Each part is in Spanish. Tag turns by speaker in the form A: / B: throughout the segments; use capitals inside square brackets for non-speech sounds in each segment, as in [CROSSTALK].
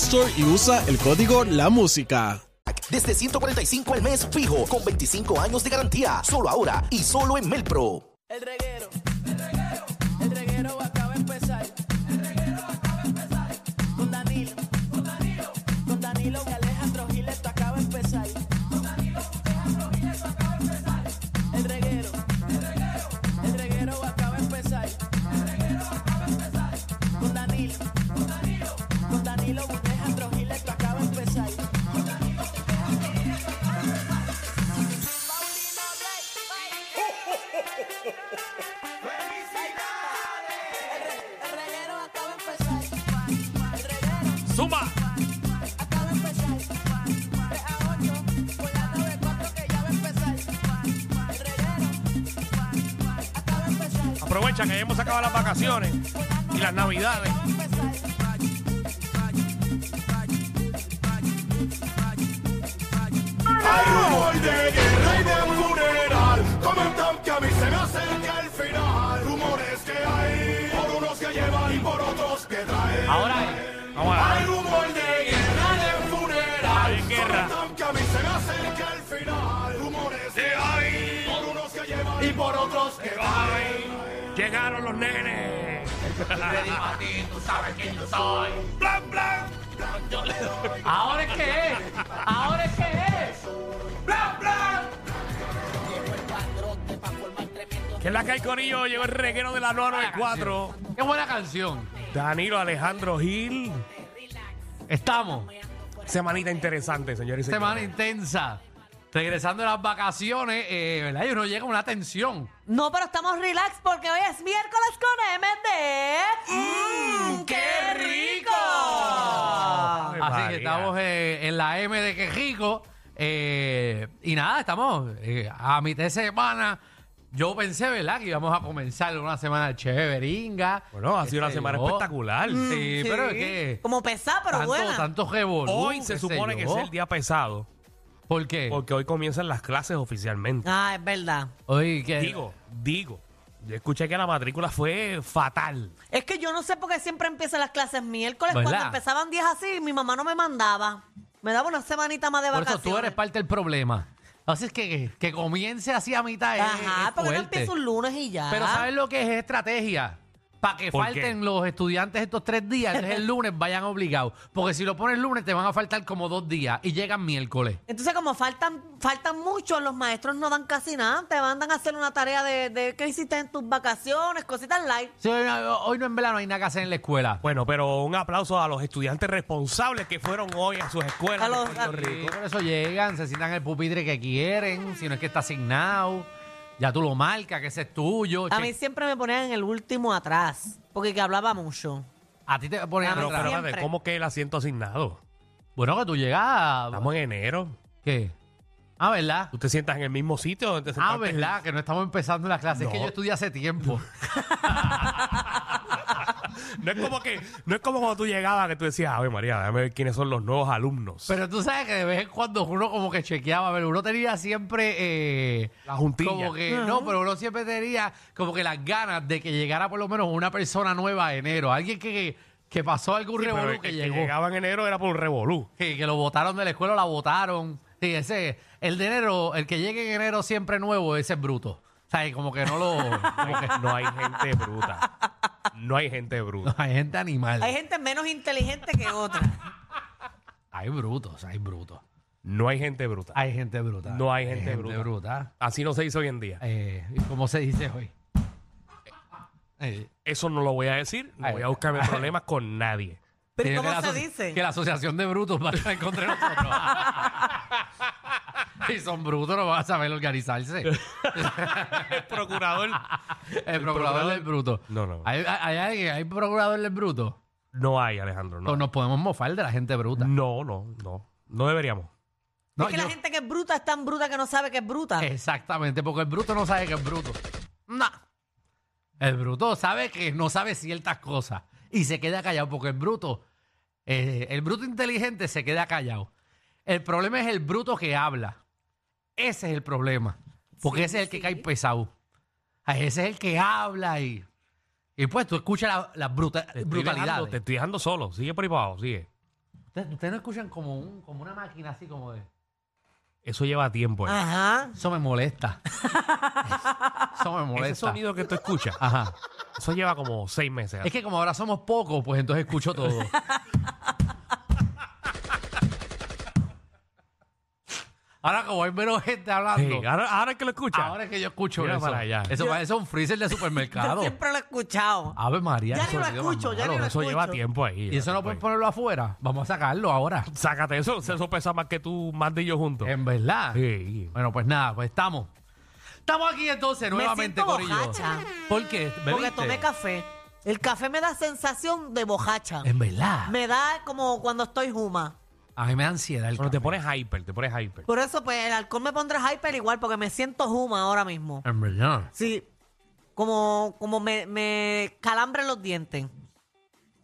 A: Store y usa el código La Música.
B: Desde 145 al mes fijo, con 25 años de garantía, solo ahora y solo en Melpro.
C: El reguero. El reguero acaba de empezar. El reguero acaba de empezar. Con Danilo. Con Danilo. Con Danilo y Alejandro Gil, esto acaba de empezar. Con Danilo y Alejandro Gil, esto acaba de empezar. El reguero. El reguero. El reguero acaba de empezar. El reguero acaba de empezar. Con Danilo. Con Danilo. Con Danilo y Alejandro Gil, esto acaba de empezar. El reguero acaba de empezar. El reguero.
D: Zumba.
C: Acaba de empezar, 3 a 8, por la 9-4 que ya va a empezar. El reguero, acaba de empezar,
D: Aprovecha que ya hemos acabado las vacaciones y las navidades.
C: empezar.
E: Hay rumor de guerra y de funeral. Comentan que a mí se me acerca el final. Rumores que hay por unos que llevan y por otros que traen.
D: Ahora, vamos a
E: Hay rumor de guerra y de funeral.
D: Hay guerra.
E: Comentan que a mí se me acerca el final. Rumores que hay por unos que llevan y por otros que traen.
D: Llegaron los nenes.
E: Blan, blan,
F: ¿Ahora es que es? ¿Ahora es que es?
E: blan, blan.
D: Que es la que hay corillo, llegó el reguero de la 994.
F: Qué buena canción.
D: Danilo Alejandro Gil.
F: Estamos.
D: Semanita interesante, señores. y
F: Semana
D: señores.
F: intensa. Regresando de las vacaciones, eh, ¿verdad? Y uno llega con una tensión.
G: No, pero estamos relax porque hoy es miércoles con MD. ¡Mmm,
F: Mm, qué rico!
D: Ay,
F: Así
D: María.
F: Ah, que estamos eh, en la M de que rico. eh, y nada, estamos eh, a mitad de semana. Yo pensé, ¿verdad? Que íbamos a comenzar una semana chéveringa.
D: Bueno, ha sido una semana espectacular.
F: Este, oh. Mm, Sí, pero es que...
G: Como pesada, pero
F: tanto,
G: buena.
F: tanto revolú,
D: Hoy se
F: qué sé
D: supone que es
F: yo.
D: el día pesado,
F: ¿Por qué?
D: porque hoy comienzan las clases oficialmente.
G: Ah, es verdad.
F: Hoy que...
D: Digo, digo. Yo escuché que la matrícula fue fatal.
G: Es que yo no sé por qué siempre empiezan las clases miércoles.
F: ¿Verdad?
G: Cuando empezaban 10 así, mi mamá no me mandaba. Me daba una semanita más de
F: Por eso
G: vacaciones.
F: tú eres parte del problema. Así es que que comience así a mitad es,
G: Ajá,
F: es
G: porque no
F: eh, fuerte.
G: empieza un lunes y ya.
F: Pero ¿sabes lo que es estrategia? Para que
D: ¿Por
F: falten
D: qué?
F: los estudiantes estos tres días, entonces el lunes vayan obligados. Porque si lo pones lunes te van a faltar como dos días y llegan miércoles.
G: Entonces, como faltan faltan muchos, los maestros no dan casi nada. Te mandan a hacer una tarea de, de qué hiciste en tus vacaciones, cositas light.
F: Si hoy, no, hoy no en verano hay nada que hacer en la escuela.
D: Bueno, pero un aplauso a los estudiantes responsables que fueron hoy a sus escuelas
G: A los-
D: de Puerto
G: a-
D: Rico.
F: Sí, por eso llegan, se sientan en el pupitre que quieren, si no es que está asignado. Ya tú lo marcas, que ese es tuyo.
G: A
F: Che-
G: mí siempre me ponían en el último atrás, porque que hablaba mucho.
F: a ti te ponen
G: A mí
D: Pero, pero,
F: atrás.
D: espérate,
G: siempre.
D: ¿cómo que el asiento asignado?
F: Bueno, que tú llegas... a-
D: Estamos en enero.
F: ¿Qué? Ah, ¿verdad?
D: ¿Tú te sientas en el mismo sitio? donde te
F: Ah,
D: sentaste?
F: ¿verdad? Que no estamos empezando la clase. Es que
D: No.
F: yo estudié
D: [LAUGHS]
F: hace tiempo.
D: No es como que, no es como cuando tú llegabas que tú decías, a ver María, déjame ver quiénes son los nuevos alumnos.
F: Pero tú sabes que de vez en cuando uno como que chequeaba, pero uno tenía siempre... eh,
D: La juntilla.
F: Como que, no, pero uno siempre tenía como que las ganas de que llegara por lo menos una persona nueva a enero. Alguien que, que pasó algún
D: Sí, pero
F: revolú
D: el
F: que,
D: que
F: llegó.
D: llegaba en enero era por un revolú.
F: Sí, que lo votaron de la escuela, la votaron. Sí, ese... El de enero, el que llegue en enero siempre nuevo, ese es bruto. sea, como que
D: [LAUGHS]
F: no lo... como que
D: No hay gente bruta. No hay gente bruta.
F: hay gente animal.
G: Hay gente menos inteligente que otra.
F: Hay brutos, hay brutos.
D: No hay gente bruta.
F: Hay gente bruta.
D: No hay gente bruta. Así no se dice hoy en día.
F: Eh, ¿Cómo se dice hoy? Eh,
D: Eso no lo voy a decir. No
F: Ay.
D: voy a buscarme problemas con nadie.
G: Pero ¿y
F: creo que la
G: ¿cómo se
F: aso-
G: dice?
F: Que la asociación de brutos va a estar en contra de nosotros. [LAUGHS] si son brutos no van a saber organizarse.
D: El procurador.
F: El procurador del bruto.
D: No, no.
F: ¿Hay, hay, hay, hay procurador del bruto?
D: No hay, Alejandro. No,
F: Pues Nos podemos mofar de la gente bruta.
D: no, no. No, no deberíamos.
F: No,
G: es que
F: yo- Eh,
G: la gente que es bruta es tan bruta que no sabe que es bruta.
F: Exactamente, porque el bruto no sabe que es bruto. No. El bruto sabe que no sabe ciertas cosas y se queda callado porque el bruto, eh, el bruto inteligente se queda callado. El problema es el bruto que habla. Ese es el problema. Porque ese es el que cae pesado. Ay, Ese es el que habla y, y pues tú escuchas la- las bruta-
D: Te estoy dejando- te
F: brutalidades.
D: estoy dejando solo. Sigue por ahí para abajo, sigue.
F: Ustedes ustedes no escuchan como, un, como una máquina así como de...
D: Eso lleva tiempo. eh.
F: Ah,
G: Ajá.
F: Eso me molesta. Eso me molesta.
D: Ese sonido que tú escuchas,
F: [LAUGHS] Ajá.
D: eso lleva como seis meses.
F: Es que como ahora somos pocos, pues entonces escucho
D: [LAUGHS]
F: todo. ahora como hay menos gente hablando,
D: Sí, ahora, ahora es que lo escuchas.
F: ahora es que yo escucho
D: Mira
F: eso.
D: para allá.
F: Eso parece un freezer de supermercado.
G: [LAUGHS] Yo siempre lo he escuchado.
F: Ave María.
G: Ya
F: qué
G: ni lo
F: sonido más
G: escucho, ya ni
F: malo.
G: lo
D: eso lleva
G: escucho.
D: tiempo ahí.
F: Y eso no
D: pues.
F: puedes ponerlo afuera. Vamos a sacarlo ahora.
D: Sácate eso, eso pesa más que tú, más de yo juntos.
F: En verdad.
D: Sí.
F: Bueno, pues nada, pues estamos. Estamos aquí entonces nuevamente,
G: siento
F: Corillo.
G: borracha.
F: ¿Por qué?
G: Porque
F: ¿Bebiste?
G: tomé café. El café me da sensación de bojacha.
F: En verdad.
G: Me da como cuando estoy juma.
F: A mí me da ansiedad el
D: Bueno, te
F: café.
D: pones hyper, te pones hyper.
G: Por eso, pues, el alcohol me pondrá hyper igual porque me siento juma ahora mismo.
F: En verdad.
G: Sí. Como, como me, me calambre los dientes.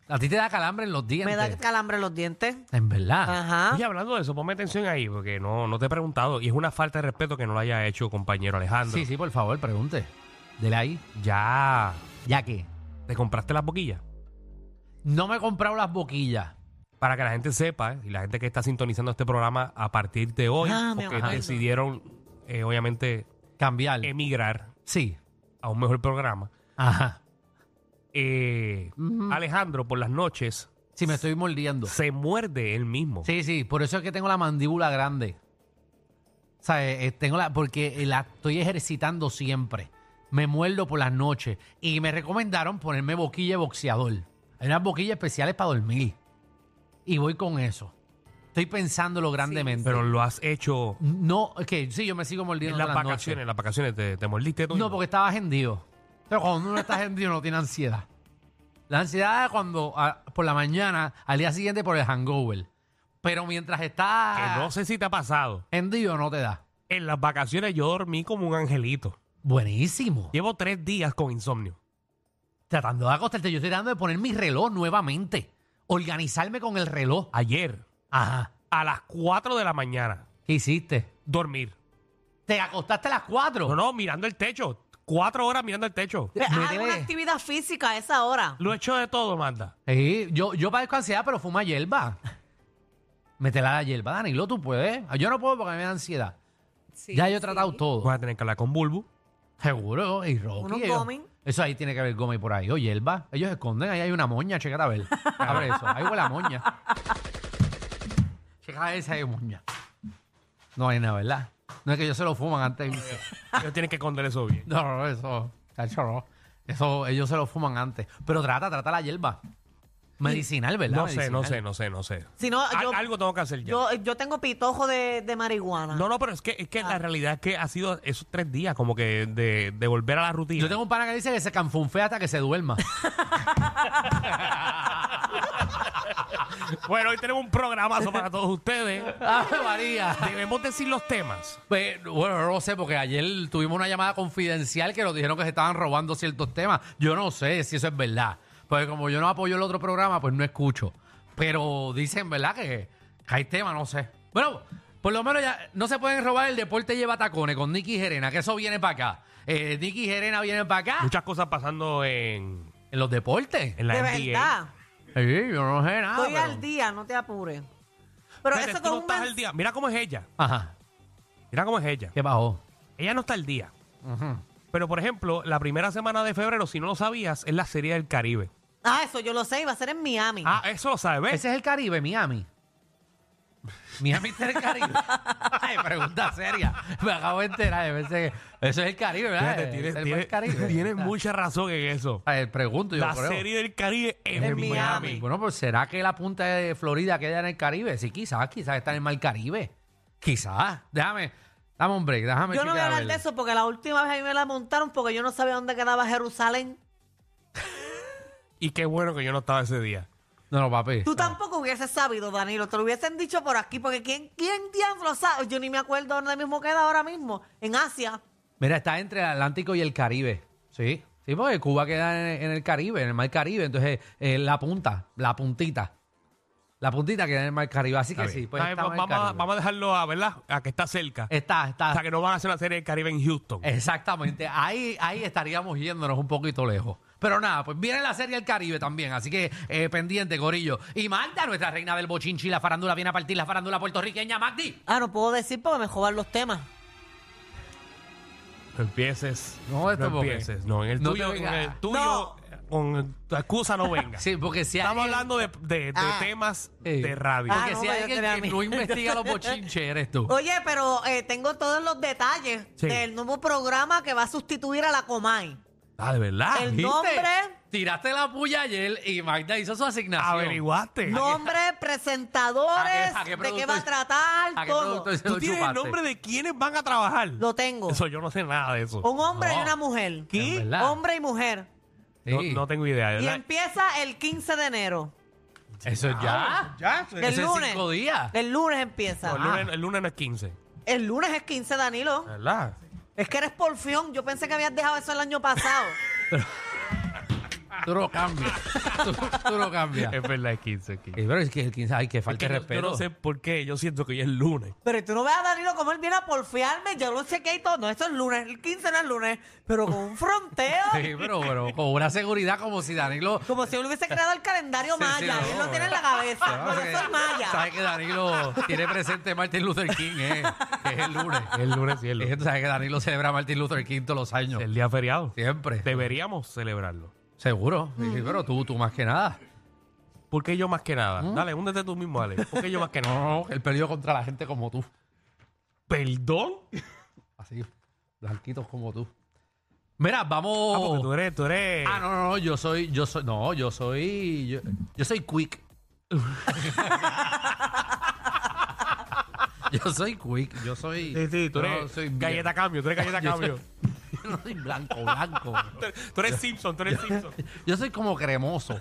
F: A ti te da calambre en los
G: Me
F: dientes. Ah.
G: da calambre los dientes.
F: En verdad.
G: Ajá.
D: Oye, hablando de eso, ponme atención ahí, porque no, no te he preguntado. Y es una falta de respeto que no lo haya hecho compañero Alejandro.
F: Sí, sí, por favor, pregunte. Dele ahí.
D: Ya.
F: ¿Ya qué?
D: ¿Te compraste las boquillas?
F: No me he comprado las boquillas.
D: Para que la gente sepa, ¿eh? y la gente que está sintonizando este programa a partir de hoy,
G: Ah, me
D: porque
G: acuerdo.
D: decidieron, eh, obviamente,
F: Cambiar.
D: Em. emigrar
F: sí.
D: a un mejor programa.
F: Ajá.
D: Eh, Alejandro, por las noches,
F: Sí, me estoy mordiendo.
D: se muerde él mismo.
F: Sí, sí, por eso es que tengo la mandíbula grande. O sea, eh, eh, tengo la. Porque eh, la estoy ejercitando siempre. Me muerdo por las noches. Y me recomendaron ponerme boquilla de boxeador. Hay unas boquillas especiales para dormir. Y voy con eso. Estoy pensándolo grandemente.
D: Pero lo has hecho
F: No, es que sí, yo me sigo
D: en
F: mordiendo
D: las
F: por noches.
D: vacaciones. En las vacaciones te, te mordiste tú.
F: No, porque estaba agendido. Pero cuando uno está agendido no tiene ansiedad. La ansiedad es cuando ah, por la mañana, al día siguiente por el hangover. Pero mientras
D: Que no
F: está
D: sé si te ha pasado.
F: agendido no te da.
D: En las vacaciones yo dormí como un angelito.
F: Buenísimo.
D: Llevo tres días con insomnio.
F: Tratando de acostarte, yo estoy tratando de poner mi reloj nuevamente. Organizarme con el reloj.
D: Ayer,
F: Ajá.
D: a las 4 de la mañana,
F: ¿Qué hiciste?
D: dormir.
F: ¿Te acostaste a las cuatro?
D: No, no, mirando el techo. Cuatro horas mirando el techo.
G: Pues, haz
F: métele.
G: una actividad física a esa hora.
D: Lo he hecho de todo, manda.
F: Sí, yo, yo padezco ansiedad, pero fuma hierba. [LAUGHS] Métela la hierba, Danilo, tú puedes. Yo no puedo porque me da ansiedad. ya yo he tratado todo.
D: Voy a tener que hablar con Bulbu.
F: Seguro, y Rocky.
G: Unos
F: ellos-
G: gomen.
F: Eso ahí tiene que haber goma y por ahí. Oye, Elba, ellos esconden, ahí hay una moña, checa a ver. Abre eso, ahí huele a moña. Checa esa hay moña. No hay nada, ¿verdad? No es que ellos se lo fuman antes. de irse.
D: Ellos tienen que esconder eso bien.
F: No, no, no, eso, chacho, no. Eso, ellos se lo fuman antes. Pero trata, trata la hierba. Medicinal, [LAUGHS] ¿verdad?
D: No sé, no
F: Medicinal.
D: sé, no sé, no sé.
G: Si no,
D: Al-
G: Ah, yo,
D: algo tengo que hacer ya.
G: yo, eh, yo tengo pitojo de, de marihuana.
D: No, no, pero es que, es que
G: Ah.
D: la realidad es que ha sido esos tres días como que de, de volver a la rutina.
F: Yo tengo un pana que dice que se canfunfea hasta que
D: [LAUGHS]
F: se duerma.
D: Bueno, hoy tenemos un programazo para todos ustedes.
F: ¡Ave María!
D: Debemos decir los temas.
F: Pues, bueno, no lo sé, porque ayer tuvimos una llamada confidencial que nos dijeron que se estaban robando ciertos temas. Yo no sé si eso es verdad. Porque como yo no apoyo el otro programa, pues no escucho. Pero dicen, ¿verdad? Que, que hay temas, no sé. Bueno, por lo menos ya no se pueden robar el deporte lleva tacones con Nicky Gerena, que eso viene para acá. Eh, Nicky Gerena viene para acá.
D: Muchas cosas pasando en,
F: En los deportes.
D: en la
G: de
D: NBA.
G: verdad.
F: Sí, yo no sé nada.
G: Estoy
F: pero-
G: al día, no te apures. Pero
D: Espérate,
G: eso
D: tú
G: con
D: no
G: un
D: estás
G: men-
D: al día. Mira cómo es ella.
F: Ajá.
D: Mira cómo es ella.
F: ¿Qué bajó?
D: Ella no está al día. Pero, por ejemplo, la primera semana de febrero, si no lo sabías, es la Serie del Caribe.
G: Ah, eso yo lo sé, iba a ser en Miami.
D: Ah, eso lo sabes, ¿ves?
F: Ese es el Caribe, Miami. Miami está en
D: [LAUGHS]
F: el Caribe. Ay, pregunta seria. Me acabo de enterar. Ese, eso es el Caribe, ¿verdad?
D: Fíjate,
F: Ese
D: tienes,
F: fue el
D: tienes- [LAUGHS]
F: Eh, Caribe.
D: tienes
F: Ah.
D: mucha razón en eso.
F: Ay, pregunto, yo
D: la
F: creo.
D: Serie del Caribe en,
G: En
D: Miami.
G: Miami.
F: Bueno, pues será que la punta de Florida queda en el Caribe. Sí, quizás, quizás está en el Mar Caribe.
D: Ah.
F: Quizás. Déjame, dame un break, déjame
D: pues
G: yo no voy a
F: chequear
G: hablar de
F: ver.
G: eso porque la última vez a mí me la montaron porque yo no sabía dónde quedaba Jerusalén.
D: Y qué bueno que yo no estaba ese día.
F: No, no, papi.
D: Ah.
G: Tú tampoco hubieses sabido, Danilo. Te lo hubiesen dicho por aquí porque ¿quién, quién diablo sabe? Yo ni me acuerdo dónde mismo queda ahora mismo. En Asia.
F: Mira, está entre el Atlántico y el Caribe. Sí. Sí, porque Cuba queda en, en el Caribe, en el Mar Caribe. Entonces, eh, la punta, la puntita. La puntita queda en el Mar Caribe. Así que
D: Está
F: sí,
D: bien.
F: pues
D: Está bien,
F: está en el
D: vamos, a-
F: Caribe. Eh, ah.
D: vamos a dejarlo a, ¿verdad? A que está cerca.
F: Está, está.
D: O sea, que no van a hacer la Serie del Caribe en Houston.
F: Eh. Exactamente. Ahí, ahí estaríamos yéndonos un poquito lejos. Pero nada, pues viene la serie del Caribe también, así que eh, pendiente, Corillo. Y Magda, nuestra reina del bochinchi, la farándula viene a partir, la farándula puertorriqueña, Magdi.
G: Ah, no puedo decir porque me jodan los temas.
D: No empieces.
F: No, esto porque-
D: empieces. No, en el
F: No te
D: tuyo, en
F: venga.
D: el tuyo, con tu excusa no venga.
F: Sí, eh. porque si
D: Estamos
F: alguien-
D: hablando de, de- de
G: Ah.
D: temas
F: Eh,
D: de radio.
G: Ah,
F: Porque
G: no,
F: si
G: me
F: hay
G: dio
F: alguien
G: tela a
F: que
G: mí.
F: no investiga los bochinches, eres tú.
G: Oye, pero eh, tengo todos los detalles
D: Sí.
G: del nuevo programa que va a sustituir a la Comay.
D: Ah, de verdad.
G: el
D: ¿Viste?
G: nombre,
F: Tiraste la puya ayer y Magda hizo su asignación.
D: Averiguaste.
G: nombre, presentadores,
F: ¿A qué- a qué
G: de qué
F: productor-
G: va a tratar,
F: ¿A qué
G: todo.
F: productor se
D: ¿Tú
F: lo
D: tienes el
F: chupaste?
D: nombre de quiénes van a trabajar?
G: Lo tengo.
D: Eso yo no sé nada de eso.
G: Un hombre y
F: No.
G: una mujer.
F: ¿Qué? Es verdad.
G: Hombre y mujer.
D: No,
F: Sí.
D: no tengo idea.
G: Y
D: ¿verdad?
G: empieza el 15 de enero.
F: Eso es ya.
D: Ya,
G: El
F: Eso es
G: lunes.
F: cinco días. Ah.
G: El lunes empieza.
D: No,
G: Ah.
D: el, Pues lunes, el lunes no es 15.
G: El lunes es 15, Danilo.
D: ¿Verdad?
G: Es que eres porfión. Yo pensé que habías dejado eso el
F: [LAUGHS]
G: año pasado.
F: Tú no cambias. tú, tú no cambias.
D: Es verdad, es 15. es 15.
F: Eh, pero es que el 15, ay, que falta
D: Es que
F: de
D: yo-
F: respeto.
D: Yo, no sé por qué. Yo siento que hoy es [LAUGHS] lunes.
G: Pero tú no ves a Danilo como él viene a porfiarme. Yo lo sé que hay todo. No, eso es lunes. El 15 no es lunes. Pero con un fronteo.
F: [LAUGHS] Sí, pero, pero con una seguridad como si Danilo.
G: Como si él hubiese creado el calendario
F: Sí, sí,
G: maya.
F: no,
G: él lo
F: no.
G: tiene en la cabeza.
F: Sabes
G: Por
F: que-
G: eso es maya.
F: Sabes que Danilo tiene presente Martin Luther King, eh, que es el lunes.
D: El lunes sí, el
F: Es que
D: lunes.
F: tú sabes que Danilo celebra a Martin Luther King todos los años.
D: El día feriado.
F: Siempre.
D: Deberíamos celebrarlo.
F: Seguro. Sí, sí, pero tú, tú más que nada.
D: ¿Por qué yo más que nada? Dale, húndete tú mismo, dale. ¿Por qué yo más que nada? [LAUGHS]
F: No, el perdió contra la gente como tú.
D: ¿Perdón? Ah,
F: Así, blanquitos como tú. Mira, vamos.
D: Ah, porque tú eres, tú eres.
F: Ah, no, no, no, yo soy, yo soy, no, yo soy, yo, yo
D: [LAUGHS]
F: soy quick. yo soy quick, yo soy.
D: Sí, sí, tú
F: yo
D: eres
F: no soy bien-
D: galleta cambio, tú eres [LAUGHS] galleta
F: Yo soy-
D: cambio.
F: [LAUGHS] Yo no soy blanco, blanco.
D: Tú eres- Tú eres Simpson, tú eres Simpson.
F: Yo soy como
D: [LAUGHS]
F: cremoso.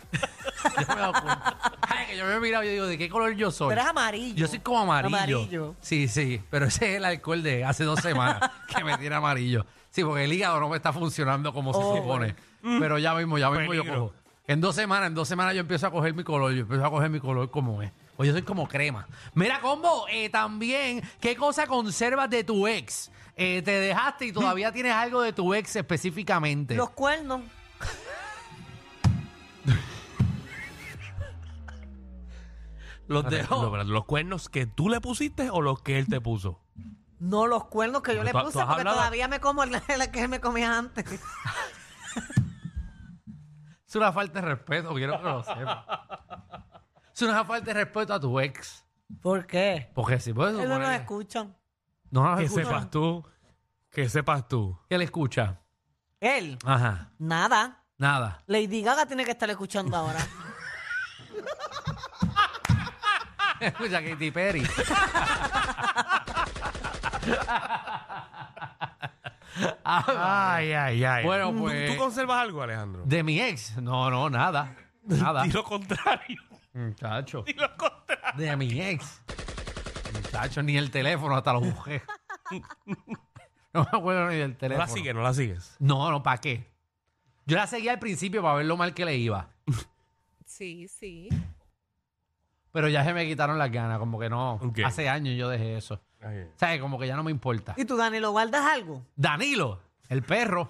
F: Yo me he dado cuenta. Ay, que yo me he mirado y yo digo, ¿de qué color yo soy?
G: Tú eres amarillo.
F: Yo soy como amarillo.
G: Amarillo.
F: Sí, sí, pero ese es el alcohol de hace dos semanas [LAUGHS] que me tiene amarillo. Sí, porque el hígado no me está funcionando como
G: Oh.
F: se supone. Pero ya mismo, ya mismo yo
D: Peligro.
F: cojo. En dos semanas, en dos semanas yo empiezo a coger mi color, yo empiezo a coger mi color como es. Pues yo soy como crema. Mira, combo, eh, también, ¿qué cosa conservas de tu ex? Eh, te dejaste y todavía tienes algo de tu ex específicamente.
G: Los cuernos.
F: Los
D: No, pero [LAUGHS] ¿Los cuernos que tú le pusiste o los que él te puso?
G: No, los cuernos que yo
D: Pero
G: le
D: tú- tú
G: puse
D: has
G: porque
D: hablado-
G: todavía me como el, [LAUGHS] el que me comía antes.
F: Es una falta de respeto, quiero que lo
G: [LAUGHS]
F: sepas. Es una falta de respeto a tu ex.
G: ¿Por qué?
F: Porque si puedes
G: Ellos no nos
F: suponer-
G: escuchan.
F: No nos
D: Que
F: escucha.
D: sepas tú. Que sepas tú.
F: ¿Qué le escucha?
G: Él,
F: Ajá.
G: nada.
F: Nada.
G: Lady Gaga tiene que estar escuchando ahora.
F: [LAUGHS] escucha Katy Perry. Ah,
D: Ay, ay, ay.
F: Bueno,
D: ¿Tú-
F: pues-
D: ¿Tú conservas algo, Alejandro?
F: de mi ex. No, no, nada. Nada.
D: Di lo contrario. [LAUGHS]
F: Muchacho.
D: Di lo contrario.
F: De mi ex. Muchacho, ni el teléfono hasta lo busqué. [LAUGHS] No me acuerdo ni del
D: No
F: teléfono.
D: la sigues, no la sigues.
F: No, no, ¿para qué? Yo la seguía al principio para ver lo mal que le iba.
G: [LAUGHS] Sí, sí.
F: Pero ya se me quitaron las ganas, como que no.
D: Ok.
F: Hace años yo dejé eso. ¿Sabes? Como que ya no me importa.
G: ¿Y tú, Danilo, guardas algo?
F: Danilo, el perro.